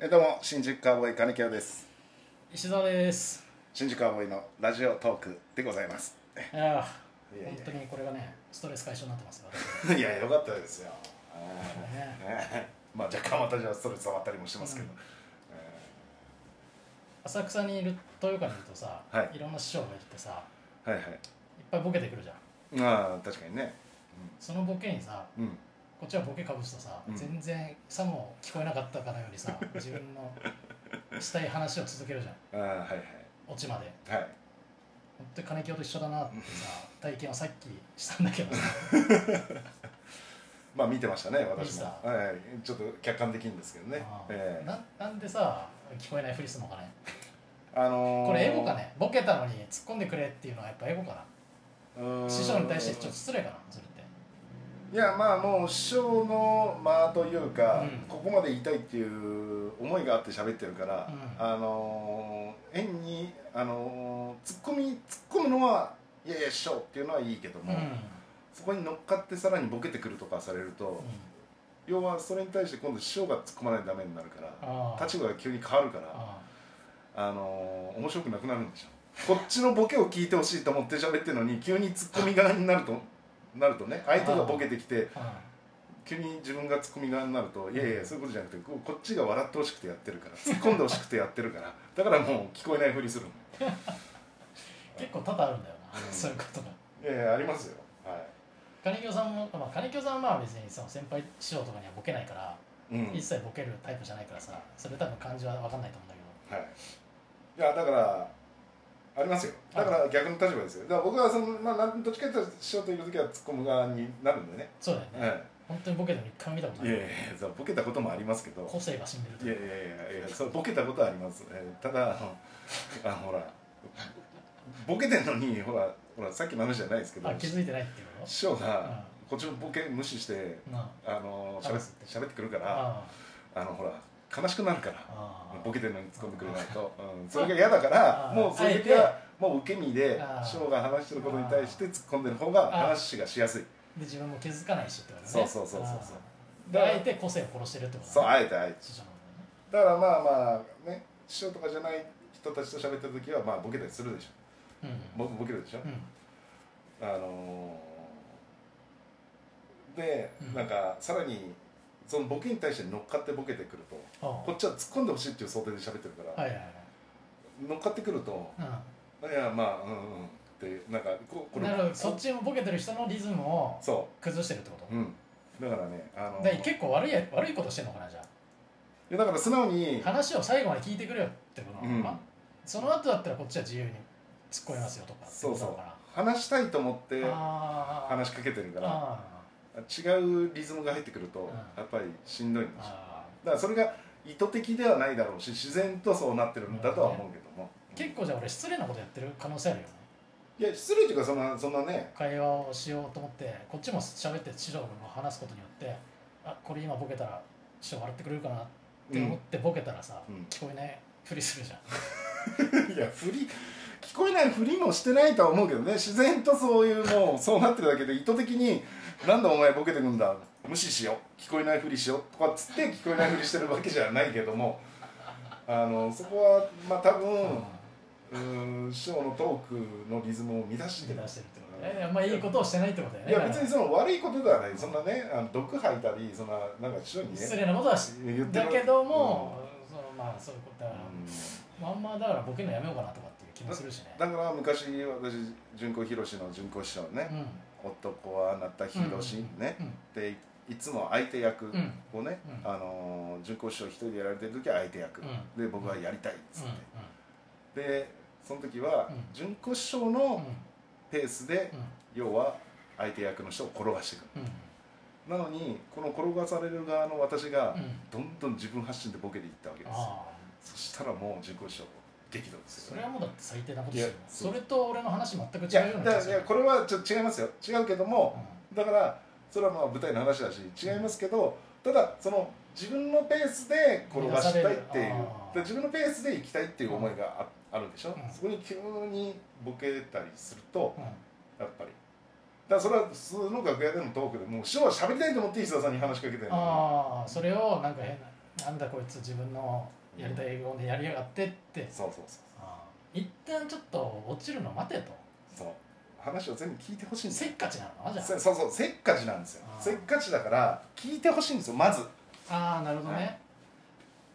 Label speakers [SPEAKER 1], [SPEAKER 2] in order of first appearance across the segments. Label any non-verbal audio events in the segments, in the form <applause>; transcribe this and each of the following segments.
[SPEAKER 1] えどうも新宿カーボーイ金城です
[SPEAKER 2] 石澤です
[SPEAKER 1] 新宿カーボーイのラジオトークでございます
[SPEAKER 2] いやー
[SPEAKER 1] いやいや
[SPEAKER 2] 本当にこれがねストレス解消になってますよ
[SPEAKER 1] いやよかったですよ、
[SPEAKER 2] ね
[SPEAKER 1] <laughs> ねまあ若干私はストレス溜まったりもしてますけど、
[SPEAKER 2] うん浅草にいる豊川にいるとさ、、
[SPEAKER 1] はい
[SPEAKER 2] ろんな師匠がいてさいっ
[SPEAKER 1] はいはい
[SPEAKER 2] ぱいボケてくるじゃん
[SPEAKER 1] まあ確かにね
[SPEAKER 2] そのボケにさ
[SPEAKER 1] うん、うん
[SPEAKER 2] こっちはボケかぶすとさ、
[SPEAKER 1] うん
[SPEAKER 2] 全然さも聞こえなかったかのよう
[SPEAKER 1] <laughs>
[SPEAKER 2] にさ自分のしたい話を続けるじゃん
[SPEAKER 1] ああはい
[SPEAKER 2] オチまで
[SPEAKER 1] はいはい
[SPEAKER 2] 本当に金清と一緒だなってさ体験をさっきしたんだけどさ
[SPEAKER 1] まあ見てましたね私
[SPEAKER 2] 見
[SPEAKER 1] も
[SPEAKER 2] てた
[SPEAKER 1] はいはい、ちょっと客観的にですけどね
[SPEAKER 2] あー
[SPEAKER 1] ええ
[SPEAKER 2] ななんでさ聞こえないふりするのかね
[SPEAKER 1] あのー、
[SPEAKER 2] これエゴかねボケたのに突っ込んでくれっていうのはやっぱエゴか
[SPEAKER 1] うーん
[SPEAKER 2] な師匠に対してちょっと失礼かなそれって
[SPEAKER 1] いやまあもう師匠の間というか、
[SPEAKER 2] うん
[SPEAKER 1] ここまで言いたいっていう思いがあって喋ってるから、
[SPEAKER 2] うん
[SPEAKER 1] あのー変に、あのー、突っ込み突っ込むのはいやいや師匠っていうのはいいけども、そこに乗っかってさらにボケてくるとかされると、要はそれに対して今度師匠が突っ込まないとダメになるから立場が急に変わるから、あのー面白くなくなるんでしょこっちのボケを聞いてほしいと思って喋ってるのに急に突っ込み側になるとなるとね相手がボケてきて急に自分がツッコミ側になるといやいやそういうことじゃなくてここっちが笑ってほしくてやってるから突っ込んでほしくてやってるからだからもう聞こえないふりするの
[SPEAKER 2] 結構多々あるんだよな、
[SPEAKER 1] うん
[SPEAKER 2] そういうことが
[SPEAKER 1] いやいやありますよは
[SPEAKER 2] 金京さんも、まあ、金京さんはまあ別にその先輩師匠とかにはボケないから、
[SPEAKER 1] い、うんはい、
[SPEAKER 2] 一切ボケるタイプじゃないからさそれ多分感じは分かんないと思うんだ
[SPEAKER 1] いやだからありますよだから逆の立場ですよだから僕はその、まあ、なんどっちかというと師匠といる時は突っ込む側になるんでね、
[SPEAKER 2] けどそうだよね、
[SPEAKER 1] え
[SPEAKER 2] 本当にボケても一回も見たこと
[SPEAKER 1] えい
[SPEAKER 2] な
[SPEAKER 1] や
[SPEAKER 2] い
[SPEAKER 1] いやいやそうボケたこともありますけど
[SPEAKER 2] 個性が死んでると
[SPEAKER 1] いやいやいやいやそうボケたことはあります、えーただあのあのほらボケてんのにほらほらさっきの話じゃないですけど
[SPEAKER 2] あ気づいてないっていうこ
[SPEAKER 1] 師匠
[SPEAKER 2] うん
[SPEAKER 1] がこっちのボケ無視して
[SPEAKER 2] とな
[SPEAKER 1] あのしゃべ
[SPEAKER 2] 話すって
[SPEAKER 1] ってくるから
[SPEAKER 2] あ
[SPEAKER 1] あのほら悲しくなるから
[SPEAKER 2] あ
[SPEAKER 1] ボケてるのに突っ込んでくれないと、うんそれが嫌だから
[SPEAKER 2] あー
[SPEAKER 1] もうそういう時
[SPEAKER 2] あ
[SPEAKER 1] はもう受け身で
[SPEAKER 2] あー
[SPEAKER 1] 師匠が話してることに対して突っ込んでる方が話がしやすい
[SPEAKER 2] で自分も気づかないしってことね
[SPEAKER 1] そうそうそうそうそう
[SPEAKER 2] ああであえて個性を殺してるってこと
[SPEAKER 1] そう
[SPEAKER 2] ね
[SPEAKER 1] あえてあえて
[SPEAKER 2] 師匠のことね
[SPEAKER 1] だからまあまあね師匠とかじゃない人たちと喋った時はまあボケたりするでしょ
[SPEAKER 2] うん
[SPEAKER 1] ボボケるでしょ、
[SPEAKER 2] うん
[SPEAKER 1] あのーで
[SPEAKER 2] うん
[SPEAKER 1] なんかさらにそのボケに対して乗っかってボケてくると
[SPEAKER 2] ああ
[SPEAKER 1] こっちは突っ込んでほしいっていう想定で喋ってるから、
[SPEAKER 2] はいはいはい
[SPEAKER 1] 乗っかってくると「いやまあうんうん」ってなんかこ
[SPEAKER 2] う
[SPEAKER 1] こ
[SPEAKER 2] ん
[SPEAKER 1] れ
[SPEAKER 2] なるほど
[SPEAKER 1] そ
[SPEAKER 2] そっちもボケてる人のリズムを
[SPEAKER 1] そ
[SPEAKER 2] 崩してるってこと
[SPEAKER 1] ううんだからねあの
[SPEAKER 2] だから結構悪いや悪いことしてんのかなじゃ
[SPEAKER 1] いやだから素直に
[SPEAKER 2] あ話を最後まで聞いてくれよってこと
[SPEAKER 1] う
[SPEAKER 2] なの
[SPEAKER 1] ん
[SPEAKER 2] か、その後だったらこっちは自由に突っ込みますよとか
[SPEAKER 1] そう
[SPEAKER 2] って
[SPEAKER 1] そ
[SPEAKER 2] こ
[SPEAKER 1] う
[SPEAKER 2] となのか
[SPEAKER 1] 話したいと思って
[SPEAKER 2] なあー
[SPEAKER 1] 話しかけてるから
[SPEAKER 2] あ
[SPEAKER 1] 違うリズムが入ってくると
[SPEAKER 2] ん
[SPEAKER 1] やっぱりしんどいん
[SPEAKER 2] ー
[SPEAKER 1] ですよ
[SPEAKER 2] あ
[SPEAKER 1] だからそれが意図的ではないだろうし自然とそうなってるんだとは思うけども、
[SPEAKER 2] ー結構じゃあ俺失礼なことやってる可能性あるよね
[SPEAKER 1] いや失礼というかそんなそんなね
[SPEAKER 2] 会話をしようと思ってこっちも喋って師匠が話すことによってあこれ今ボケたら師匠笑ってくれるかなって思ってボケたらさ、
[SPEAKER 1] うん
[SPEAKER 2] 聞こえないふりするじゃん
[SPEAKER 1] いや振り聞こえないふりもしてないとは思うけどね自然とそういうもうそうなってるだけで意図的に「なんでお前ボケてくんだ無視しよう聞こえないふりしよう」とかっつって聞こえないふりしてるわけじゃないけどもあのそこはまあ多分うーん師匠のトークのリズムを乱して
[SPEAKER 2] 出
[SPEAKER 1] る
[SPEAKER 2] してるってことね、まあいいことをしてないってことだよ
[SPEAKER 1] い
[SPEAKER 2] ね
[SPEAKER 1] や別にその悪いことではないそんなねあの毒吐いたりそんななんか師匠にね
[SPEAKER 2] 失礼なことはし
[SPEAKER 1] 言って
[SPEAKER 2] だ
[SPEAKER 1] る
[SPEAKER 2] けども、そのまあそういうことだ
[SPEAKER 1] う
[SPEAKER 2] から、
[SPEAKER 1] ん
[SPEAKER 2] まああんまだからボケるのやめようかなとかっていう気もするしね
[SPEAKER 1] だから昔私純子ひろしの純子師匠ね
[SPEAKER 2] う、ん
[SPEAKER 1] 男はあなたひろしね、
[SPEAKER 2] うん
[SPEAKER 1] でいつも相手役
[SPEAKER 2] うん
[SPEAKER 1] をね、
[SPEAKER 2] うん
[SPEAKER 1] あのー純子師匠一人でやられてる時は相手役、
[SPEAKER 2] うん
[SPEAKER 1] で僕はやりたいっつっ
[SPEAKER 2] うん
[SPEAKER 1] て、でその時は
[SPEAKER 2] うん
[SPEAKER 1] 純子師匠
[SPEAKER 2] うん
[SPEAKER 1] のペースで、
[SPEAKER 2] うん
[SPEAKER 1] 要は相手役の人を転がしていく
[SPEAKER 2] う
[SPEAKER 1] な
[SPEAKER 2] ん
[SPEAKER 1] のにこの転がされる側の私が
[SPEAKER 2] うん
[SPEAKER 1] どんどん自分発信でボケていったわけです、
[SPEAKER 2] ああ
[SPEAKER 1] そしたらもう純子師匠激怒です
[SPEAKER 2] そ
[SPEAKER 1] よ
[SPEAKER 2] れ
[SPEAKER 1] ね
[SPEAKER 2] はもうだって最低なことしてる
[SPEAKER 1] いやそう
[SPEAKER 2] それと俺の話全く
[SPEAKER 1] いや
[SPEAKER 2] 違うような
[SPEAKER 1] だから
[SPEAKER 2] 気がす
[SPEAKER 1] い
[SPEAKER 2] る
[SPEAKER 1] やこれはちょっと違いますよ違うけども、
[SPEAKER 2] うん
[SPEAKER 1] だからそれはまあ舞台の話だし違いますけど、ただその自分のペースで転がしたいっていう
[SPEAKER 2] 乱されるあー
[SPEAKER 1] で自分のペースで行きたいっていう思いがああるでしょ、
[SPEAKER 2] うん
[SPEAKER 1] そこに急にボケたりすると
[SPEAKER 2] うん
[SPEAKER 1] やっぱりだからそれは普通の楽屋でのトークでもう師匠は喋りたいと思って石田さんに話しかけてるの
[SPEAKER 2] ああそれをなんか変ななんだこいつ自分のやりたい英語でやりやがってって、
[SPEAKER 1] そうそうそう
[SPEAKER 2] あー一旦ちょっと落ちるの待てと
[SPEAKER 1] そう話を全部聞いてほしいんです
[SPEAKER 2] せ
[SPEAKER 1] よ
[SPEAKER 2] っかちなのかなじゃ
[SPEAKER 1] そうそうそうせっかちなんですよ
[SPEAKER 2] あー
[SPEAKER 1] せっかちだから聞いてほしいんですよまずだか
[SPEAKER 2] ああーなるほど
[SPEAKER 1] は
[SPEAKER 2] ね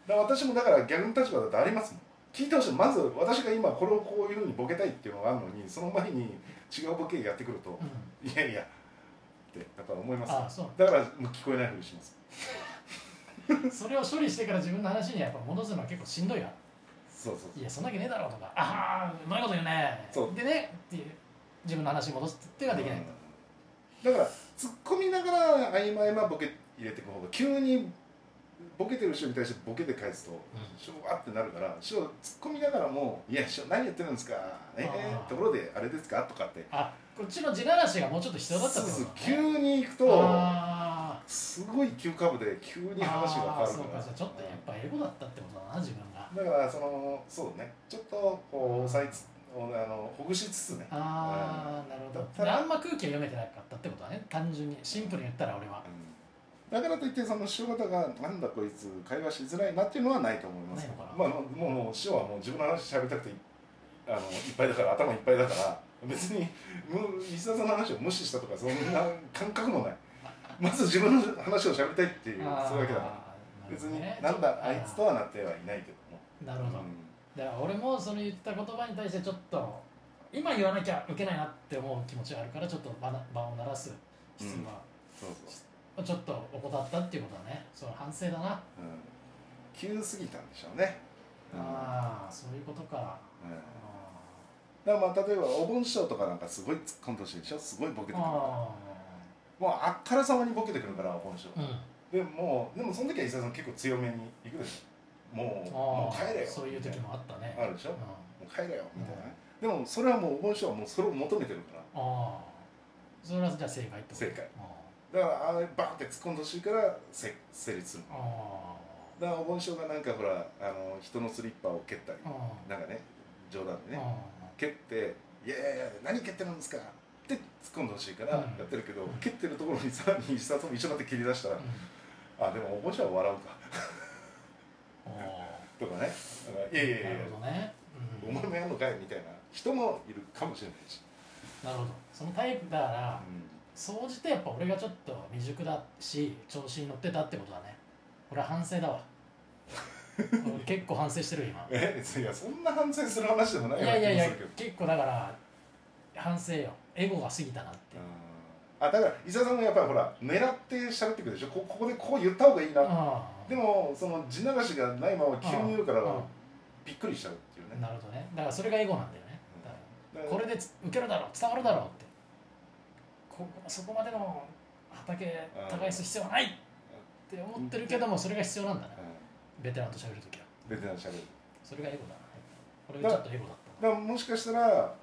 [SPEAKER 1] ら私もだから逆の立場だとありますもん聞いてほしいまず私が今これをこういうふうにボケたいっていうのがあるのにその前に違うボケやってくると
[SPEAKER 2] うん
[SPEAKER 1] いやいやってだから思います
[SPEAKER 2] ああそう
[SPEAKER 1] だからもう聞こえないふりします
[SPEAKER 2] それを処理してから自分の話にやっぱ戻すのは結構しんどいわ
[SPEAKER 1] そうそう
[SPEAKER 2] いやそんなわけねえだろうとかああうまいこと言うね
[SPEAKER 1] そう
[SPEAKER 2] でねっていう自分の話に戻すっていうのはできないと、
[SPEAKER 1] うんだから突っ込みながら曖昧なボケ入れていく方が急にボケてる人に対してボケて返すとしょうがってなるから師匠突っ込みながらも「いや師匠何やってるんですかえ
[SPEAKER 2] あ
[SPEAKER 1] ー、
[SPEAKER 2] ー
[SPEAKER 1] ところであれですか?」とかって
[SPEAKER 2] あこっちの地ならしがもうちょっと必要だったってこと
[SPEAKER 1] そう
[SPEAKER 2] だ
[SPEAKER 1] そう
[SPEAKER 2] ね
[SPEAKER 1] 急に行くと
[SPEAKER 2] あ
[SPEAKER 1] すごい急カーブで急に
[SPEAKER 2] ー
[SPEAKER 1] 話が
[SPEAKER 2] あ
[SPEAKER 1] 変
[SPEAKER 2] ーそう
[SPEAKER 1] わるから
[SPEAKER 2] かじゃあちょっとやっぱ英語だったってことだな自分が
[SPEAKER 1] だからそのそうねちょっとこう抑えつあのほぐしつつね
[SPEAKER 2] ああなるほど
[SPEAKER 1] た
[SPEAKER 2] で
[SPEAKER 1] だ
[SPEAKER 2] あんま空気を読めてなかったってことだね単純にシンプルに言ったら俺は
[SPEAKER 1] だからといってその師匠方がなんだこいつ会話しづらいなっていうのはないと思います
[SPEAKER 2] ないのかな
[SPEAKER 1] まあもうもうもう師匠はもう自分の話しゃべりたくていあのいっぱいだから頭いっぱいだから別にむ石田さんの話を無視したとかそんな感覚もないまず自分の話をしゃべりたいっていう
[SPEAKER 2] あー
[SPEAKER 1] それだけだから
[SPEAKER 2] なる
[SPEAKER 1] 別
[SPEAKER 2] ほど
[SPEAKER 1] に
[SPEAKER 2] ね
[SPEAKER 1] なんだあいつとはなってはいないけ
[SPEAKER 2] あーなる
[SPEAKER 1] ど
[SPEAKER 2] ほ
[SPEAKER 1] も
[SPEAKER 2] ど、だから俺もその言った言葉に対してちょっと今言わなきゃウケないなって思う気持ちがあるからちょっと場な場を鳴らす必要は、
[SPEAKER 1] そうそう、
[SPEAKER 2] ちょっと怠ったっていうことだねその反省だな、
[SPEAKER 1] うん、急すぎたんでしょうねうん
[SPEAKER 2] ああそういうことか
[SPEAKER 1] うん
[SPEAKER 2] あ
[SPEAKER 1] だからまあ例えばお盆師匠とかなんかすごい突っ込んでほしいでしょすごいボケてくる
[SPEAKER 2] ー
[SPEAKER 1] から
[SPEAKER 2] あ
[SPEAKER 1] もうあっからさまにボケてくるから本性、
[SPEAKER 2] ーうん
[SPEAKER 1] でもうでもその時は伊沢さん結構強めに行くでしょもうも
[SPEAKER 2] あ
[SPEAKER 1] う
[SPEAKER 2] ー
[SPEAKER 1] 帰れよ
[SPEAKER 2] そういう時
[SPEAKER 1] み
[SPEAKER 2] もあった
[SPEAKER 1] た
[SPEAKER 2] ね
[SPEAKER 1] いなあるでしょ、
[SPEAKER 2] うん
[SPEAKER 1] もう帰れよみたいなね、でもそれはもうお盆師匠はもうそれを求めてるか
[SPEAKER 2] ああそれはじゃあ正解ってこと
[SPEAKER 1] 正解
[SPEAKER 2] あ
[SPEAKER 1] らだからあれバーンって突っ込んでほしいからせ成立する
[SPEAKER 2] ーあ
[SPEAKER 1] だからお盆師匠がなんかほらあの人のスリッパを蹴ったり
[SPEAKER 2] ーあー
[SPEAKER 1] なんかね冗談でね
[SPEAKER 2] あ
[SPEAKER 1] 蹴って「いやいやいや何蹴ってるんですか!」って突っ込んでほしいからや
[SPEAKER 2] うん
[SPEAKER 1] ってるけど、蹴ってるところにさらに石田さんも一緒になって切り出したら
[SPEAKER 2] ー、
[SPEAKER 1] あでもお盆師匠は笑うか
[SPEAKER 2] うんあ
[SPEAKER 1] とかね「いやいやい
[SPEAKER 2] ー
[SPEAKER 1] や
[SPEAKER 2] ないる
[SPEAKER 1] や
[SPEAKER 2] ほどね、うん
[SPEAKER 1] お前もやんのかいみたいな人もいるかもしれないし、
[SPEAKER 2] なるほどそのタイプだから
[SPEAKER 1] う
[SPEAKER 2] 総じてやっぱ俺がちょっと未熟だし調子に乗ってたってことだね俺は反省
[SPEAKER 1] <laughs>
[SPEAKER 2] だわ俺結構反省してる今
[SPEAKER 1] ん、えいやそんな反省する話でもない
[SPEAKER 2] いやいやい
[SPEAKER 1] 気も
[SPEAKER 2] や
[SPEAKER 1] するけど
[SPEAKER 2] 結構だから反省よエゴが過ぎたなって
[SPEAKER 1] あーあだから伊沢さんもやっぱりほら狙って喋ってくるでしょこここでこう言った方がいいな、
[SPEAKER 2] うん
[SPEAKER 1] でもその地ならしがないまま急に言うから
[SPEAKER 2] うん
[SPEAKER 1] びっくりしちゃうっていうね、
[SPEAKER 2] なるほどねだからそれがエゴなんだよねだ
[SPEAKER 1] だ
[SPEAKER 2] から
[SPEAKER 1] から
[SPEAKER 2] これでつ受けるだろう伝わるだろうってここそこまでの畑耕す必要はないって思ってるけどもそれが必要なんだねベテランと喋るときは
[SPEAKER 1] うんベテラン喋る
[SPEAKER 2] それがエゴだなこれがちょっとエゴだったな
[SPEAKER 1] だからもしかしたら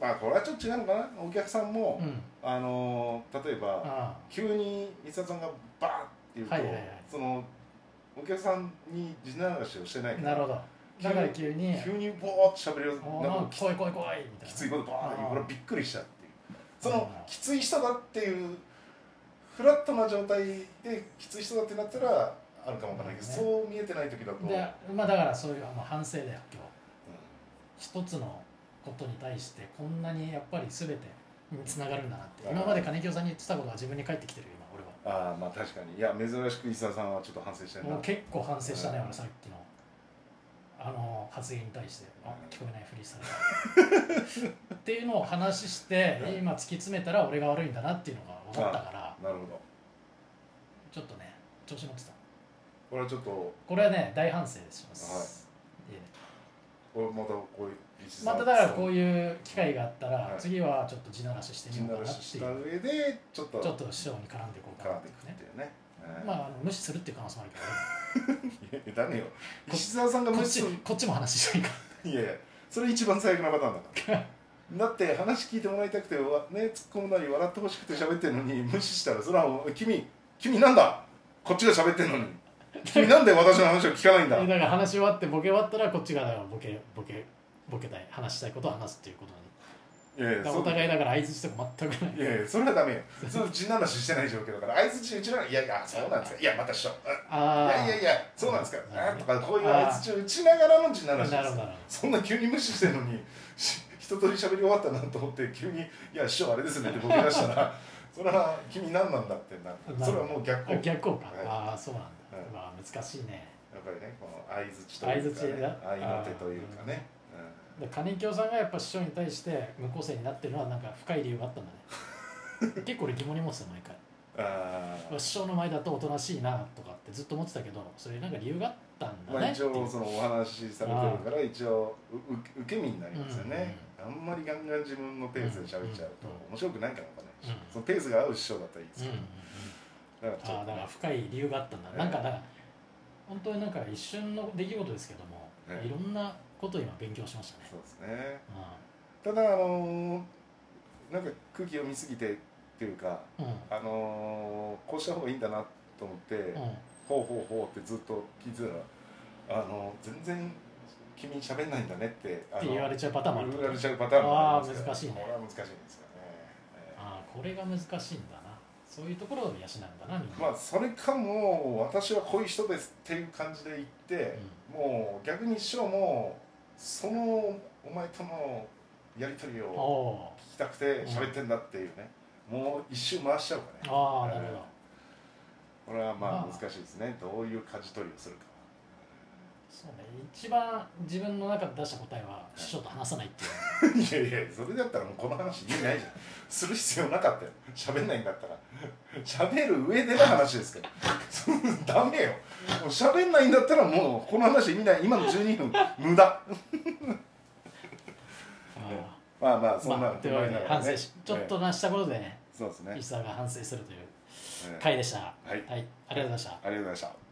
[SPEAKER 1] まあこれはちょっと違うのかなお客さんも、
[SPEAKER 2] うん、
[SPEAKER 1] あのー例えば、
[SPEAKER 2] あ
[SPEAKER 1] 急に伊沢さんがバーンって言うと、
[SPEAKER 2] はいはいはい
[SPEAKER 1] そのお客さんに地ならしをしてない
[SPEAKER 2] あ
[SPEAKER 1] か
[SPEAKER 2] な
[SPEAKER 1] ら
[SPEAKER 2] るほどだから急に
[SPEAKER 1] 急にボーッと喋るよ
[SPEAKER 2] 「
[SPEAKER 1] う
[SPEAKER 2] お
[SPEAKER 1] な
[SPEAKER 2] なん
[SPEAKER 1] か
[SPEAKER 2] んか怖い怖い怖い」みたい
[SPEAKER 1] き
[SPEAKER 2] な
[SPEAKER 1] ついことバーンって言うから
[SPEAKER 2] あー
[SPEAKER 1] びっくりしたっていう
[SPEAKER 2] あ
[SPEAKER 1] そ
[SPEAKER 2] ー
[SPEAKER 1] のきつい人だっていうフラットな状態できつい人だってなったらあるかもわからないけど、
[SPEAKER 2] なるほ
[SPEAKER 1] そう見えてない時だと、うん
[SPEAKER 2] で、まあ、だからそういう、まあ、反省だよ今日一つのことに対してこんなにやっぱり全てにつながるんだなって
[SPEAKER 1] あー
[SPEAKER 2] 今まで金清さんに言ってたことが自分に返ってきてるよ今俺は
[SPEAKER 1] ああまあ確かにいや珍しく伊沢さんはちょっと反省してるな
[SPEAKER 2] もう結構反省したね
[SPEAKER 1] あー
[SPEAKER 2] 俺さっきのあの発言に対してあ聞こえないふりされたっていうのを話して
[SPEAKER 1] うん
[SPEAKER 2] 今突き詰めたら俺が悪いんだなっていうのが分かったから
[SPEAKER 1] なるほど
[SPEAKER 2] ちょっとね調子乗ってた
[SPEAKER 1] これはちょっと
[SPEAKER 2] これはね大反省します、いいね
[SPEAKER 1] これまたこういう石
[SPEAKER 2] ま
[SPEAKER 1] 沢
[SPEAKER 2] ただからこういう機会があったら、
[SPEAKER 1] はい
[SPEAKER 2] 次はちょっと地ならしして
[SPEAKER 1] 地
[SPEAKER 2] みよ
[SPEAKER 1] な
[SPEAKER 2] うからな
[SPEAKER 1] し
[SPEAKER 2] っ
[SPEAKER 1] して
[SPEAKER 2] い
[SPEAKER 1] た
[SPEAKER 2] う
[SPEAKER 1] 上でちょっと
[SPEAKER 2] ちょっと師匠に絡んでいこうかな
[SPEAKER 1] 絡
[SPEAKER 2] っ
[SPEAKER 1] ん
[SPEAKER 2] て
[SPEAKER 1] で
[SPEAKER 2] い
[SPEAKER 1] いく
[SPEAKER 2] う
[SPEAKER 1] っ
[SPEAKER 2] ね
[SPEAKER 1] ていうね、うん
[SPEAKER 2] まああの無視するっていう可能性もあるけ
[SPEAKER 1] いやダメよ石沢さんが
[SPEAKER 2] ど
[SPEAKER 1] 無
[SPEAKER 2] こっ
[SPEAKER 1] 視
[SPEAKER 2] ち
[SPEAKER 1] する
[SPEAKER 2] こっちも話したいか
[SPEAKER 1] いやいやそれ一番最悪なパターンだからだって話聞いてもらいたくてわね突っ込むなり笑ってほしくて喋ってるのに無視したらそれはもう君君なんだこっちが喋ってるのに君なんで私の話を聞かないんだ
[SPEAKER 2] <laughs> らだから話し終わってボケ終わったらこっちがだからボケボケボケたい話したいことを話すっていうことに
[SPEAKER 1] いやいや
[SPEAKER 2] だから
[SPEAKER 1] そ
[SPEAKER 2] お
[SPEAKER 1] うだ
[SPEAKER 2] 互いだから相づちとか全くない
[SPEAKER 1] いやいやそれはダメよそのうちの話してない状況だから相づちうちのいやいやそうなんですかいやまたしょい
[SPEAKER 2] ああ
[SPEAKER 1] やいやいやそうなんですか
[SPEAKER 2] なる
[SPEAKER 1] な
[SPEAKER 2] ほ
[SPEAKER 1] んと
[SPEAKER 2] ど
[SPEAKER 1] かこういう相づちを打ちながらのうちの話で
[SPEAKER 2] なる
[SPEAKER 1] す
[SPEAKER 2] ほどなる
[SPEAKER 1] そんな急に無視してるのにし一通り喋り終わったなと思って急に「いや師匠あれですね」って僕がしたらそれは君何なんだってなる
[SPEAKER 2] ほど
[SPEAKER 1] それはもう逆
[SPEAKER 2] あ
[SPEAKER 1] 効果
[SPEAKER 2] 逆効果、
[SPEAKER 1] はい
[SPEAKER 2] ああそうなんだ、
[SPEAKER 1] はい
[SPEAKER 2] まあ難しいね
[SPEAKER 1] やっぱりねこの相づちというか、
[SPEAKER 2] 相槌
[SPEAKER 1] ね
[SPEAKER 2] だ、
[SPEAKER 1] 相の手というかね、
[SPEAKER 2] で金京さんがやっぱ師匠に対して無個性になってるのはなんか深い理由があったん
[SPEAKER 1] <laughs>
[SPEAKER 2] だね結構俺疑問に持ってた毎回
[SPEAKER 1] うんあー
[SPEAKER 2] 師匠の前だとおとなしいなとかってずっと思ってたけどそれなんか理由があったんだ
[SPEAKER 1] まあ
[SPEAKER 2] ね
[SPEAKER 1] 一応そのお話しされてるから一応うう受け身になりますよね、あんまりガンガン自分のペースで喋っちゃうと
[SPEAKER 2] うん
[SPEAKER 1] 面白くないからかね、
[SPEAKER 2] うん
[SPEAKER 1] そのペースが合う師匠だったらいいです
[SPEAKER 2] うん
[SPEAKER 1] けど
[SPEAKER 2] うんうん、
[SPEAKER 1] だからちょ
[SPEAKER 2] ああ
[SPEAKER 1] っと
[SPEAKER 2] だから深い理由があったんだ、
[SPEAKER 1] ええ
[SPEAKER 2] なんかだから本当になんか一瞬の出来事ですけども、
[SPEAKER 1] ええ
[SPEAKER 2] いろんなことを今勉強しましたね
[SPEAKER 1] そうですねた
[SPEAKER 2] う
[SPEAKER 1] だあのーなんか空気読みすぎてっていうか
[SPEAKER 2] んうん
[SPEAKER 1] あのーこうした方がいいんだなと思って、
[SPEAKER 2] うん
[SPEAKER 1] ほうほうほうってずっと聞いてたらあの全然君喋んないんだねってあ
[SPEAKER 2] っ
[SPEAKER 1] の
[SPEAKER 2] て言われちゃうパターンもあるって
[SPEAKER 1] 言
[SPEAKER 2] こと
[SPEAKER 1] われちゃうパターンもあります
[SPEAKER 2] あー難しいね
[SPEAKER 1] これは難しいですよね、え
[SPEAKER 2] ああこれが難しいんだなそういうところを養うんだなみんな、
[SPEAKER 1] ーまあそれかもう私はこういう人ですっていう感じで言って、もう逆に師匠もそのお前とのやり取り
[SPEAKER 2] うん、
[SPEAKER 1] を
[SPEAKER 2] お
[SPEAKER 1] 聞きたくて喋ってんだっていうね、もう一周回しちゃうか
[SPEAKER 2] ー
[SPEAKER 1] ね
[SPEAKER 2] ああなるほど、
[SPEAKER 1] これはま
[SPEAKER 2] まあ
[SPEAKER 1] あ難しいですねどういう舵取りをするか
[SPEAKER 2] そうね一番自分の中で出した答えは師匠と話さないっていう
[SPEAKER 1] い <laughs> やいやそれだったらもうこの話意味ないじゃんする必要なかったよ喋んないんだったら喋る上での話ですからそんダメよもう喋んないんだったらもうこの話意味ない今の12分無駄
[SPEAKER 2] あ
[SPEAKER 1] まあまあ
[SPEAKER 2] あ
[SPEAKER 1] そんな
[SPEAKER 2] まあ
[SPEAKER 1] の
[SPEAKER 2] というわけで反省し、ちょっ
[SPEAKER 1] え
[SPEAKER 2] となしたことでね
[SPEAKER 1] えそうですね、
[SPEAKER 2] 石沢が反省するという
[SPEAKER 1] ええ
[SPEAKER 2] 回でした、
[SPEAKER 1] はい
[SPEAKER 2] はい、ありがとうございました
[SPEAKER 1] ありがとうございました